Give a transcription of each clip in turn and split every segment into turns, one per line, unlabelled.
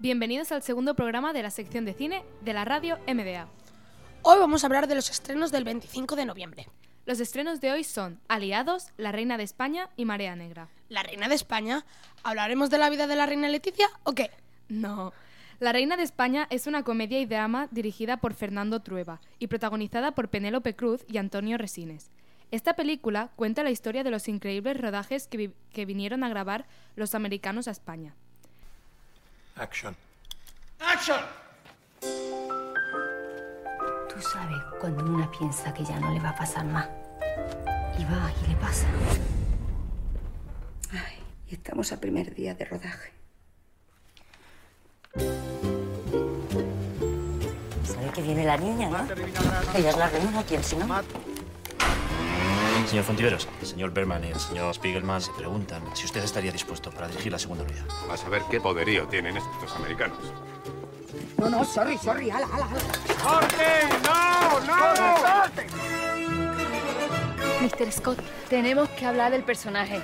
Bienvenidos al segundo programa de la sección de cine de la radio MDA.
Hoy vamos a hablar de los estrenos del 25 de noviembre.
Los estrenos de hoy son Aliados, La Reina de España y Marea Negra.
La reina de España. ¿Hablaremos de la vida de la reina Leticia o qué?
No. La Reina de España es una comedia y drama dirigida por Fernando Trueba y protagonizada por Penélope Cruz y Antonio Resines. Esta película cuenta la historia de los increíbles rodajes que, vi- que vinieron a grabar los americanos a España.
Action.
Tú sabes cuando una piensa que ya no le va a pasar más. Y va y le pasa. Ay, y estamos a primer día de rodaje.
Sabe que viene la niña, ¿no? Ella es la reina, ¿quién si no?
Señor Fontiveros, señor Berman y el señor Spiegelman se preguntan si usted estaría dispuesto para dirigir la segunda unidad.
Vas a ver qué poderío tienen estos americanos.
No, no, sorry, sorry, ala, ala, ala.
Mr. Scott, tenemos que hablar del personaje.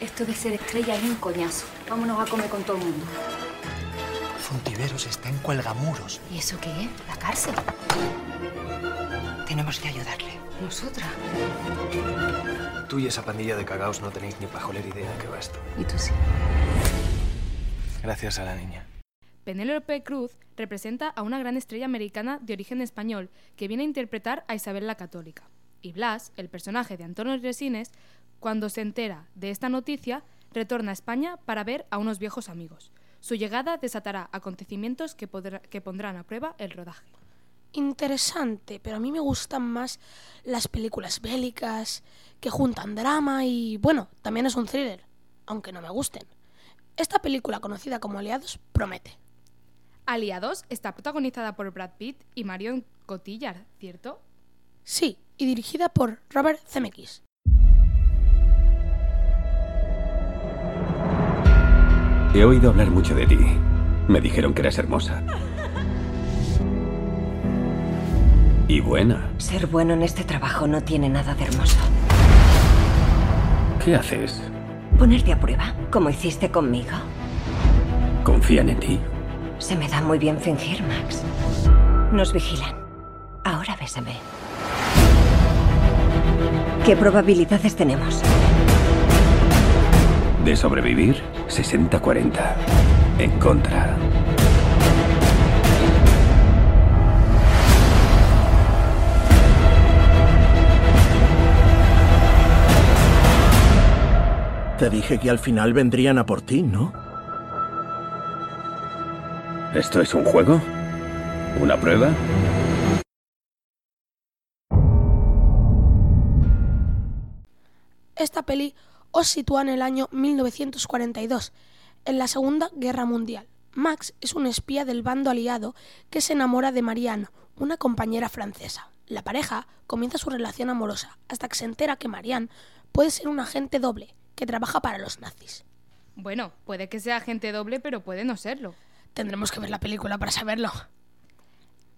Esto de ser estrella es un coñazo. Vámonos a comer con todo el mundo.
Fontiveros está en cuelgamuros.
¿Y eso qué es? ¿La cárcel?
Tenemos que ayudarle.
Nosotras.
Tú y esa pandilla de cagaos no tenéis ni pajolera idea de qué va esto.
Y tú sí.
Gracias a la niña.
Penélope Cruz representa a una gran estrella americana de origen español que viene a interpretar a Isabel la Católica. Y Blas, el personaje de Antonio Resines, cuando se entera de esta noticia, retorna a España para ver a unos viejos amigos. Su llegada desatará acontecimientos que, podrá- que pondrán a prueba el rodaje.
Interesante, pero a mí me gustan más las películas bélicas que juntan drama y, bueno, también es un thriller, aunque no me gusten. Esta película conocida como Aliados promete.
Aliados está protagonizada por Brad Pitt y Marion Cotillard, ¿cierto?
Sí, y dirigida por Robert Zemeckis.
He oído hablar mucho de ti. Me dijeron que eras hermosa. Y buena.
Ser bueno en este trabajo no tiene nada de hermoso.
¿Qué haces?
Ponerte a prueba, como hiciste conmigo.
¿Confían en ti?
Se me da muy bien fingir, Max. Nos vigilan. Ahora bésame. ¿Qué probabilidades tenemos?
De sobrevivir, 60-40. En contra.
Te dije que al final vendrían a por ti, ¿no?
¿Esto es un juego? ¿Una prueba?
Esta peli os sitúa en el año 1942, en la Segunda Guerra Mundial. Max es un espía del bando aliado que se enamora de Marianne, una compañera francesa. La pareja comienza su relación amorosa hasta que se entera que Marianne puede ser un agente doble que trabaja para los nazis.
Bueno, puede que sea gente doble, pero puede no serlo.
Tendremos que ver la película para saberlo.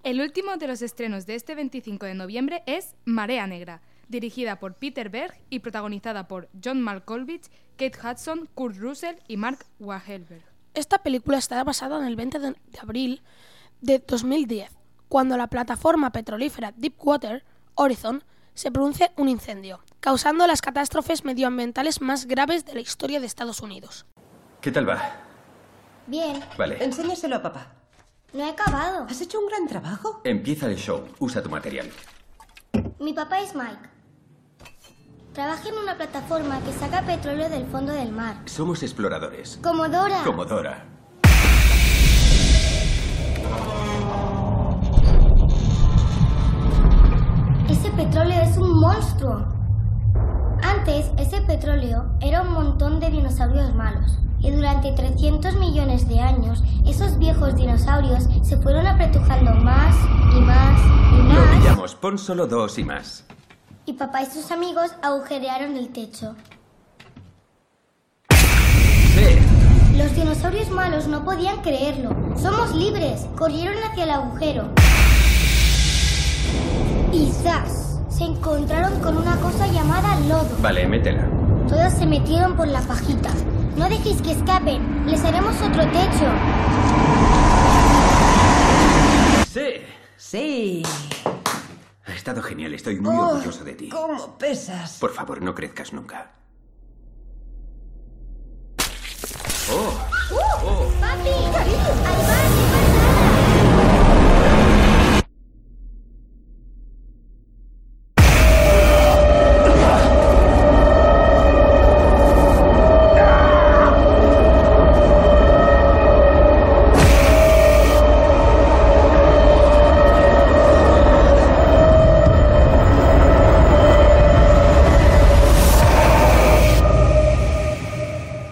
El último de los estrenos de este 25 de noviembre es Marea Negra, dirigida por Peter Berg y protagonizada por John Malkovich, Kate Hudson, Kurt Russell y Mark Wahlberg.
Esta película estará basada en el 20 de de abril de 2010, cuando la plataforma petrolífera Deepwater Horizon se produce un incendio, causando las catástrofes medioambientales más graves de la historia de Estados Unidos.
¿Qué tal va?
Bien,
Vale,
Enséñaselo a papá.
no he acabado.
¿Has hecho un gran trabajo?
empieza el show. Usa tu material.
Mi papá es Mike. Trabaja en una plataforma que saca petróleo del fondo del mar.
Somos exploradores.
Como Dora.
Como Dora.
Ese petróleo es un monstruo. Antes, ese petróleo era un montón de dinosaurios malos. Y durante 300 millones de años, esos viejos dinosaurios se fueron apretujando más y más y
Lo
más.
pillamos. Pon solo dos y más.
Y papá y sus amigos agujerearon el techo.
Sí.
Lo dinosaurios malos no podían creerlo. Somos libres. Corrieron hacia el agujero. Y ¡zas! Se encontraron con una cosa llamada lodo.
Vale, métela.
Todos se metieron por la pajita. No dejéis que escapen. Les haremos otro techo.
Sí.
Sí.
Ha estado genial. Estoy muy
Oh,
orgulloso de ti.
¿Cómo pesas?
Por favor, no crezcas nunca. Oh,
¡Papi!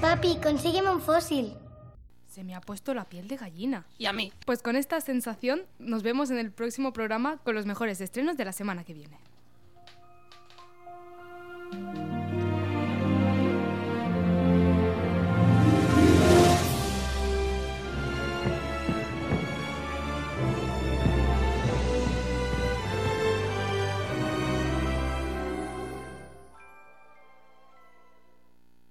Papi, consígueme un fósil.
Se me ha puesto la piel de gallina.
Y a mí.
Pues con esta sensación nos vemos en el próximo programa con los mejores estrenos de la semana que viene.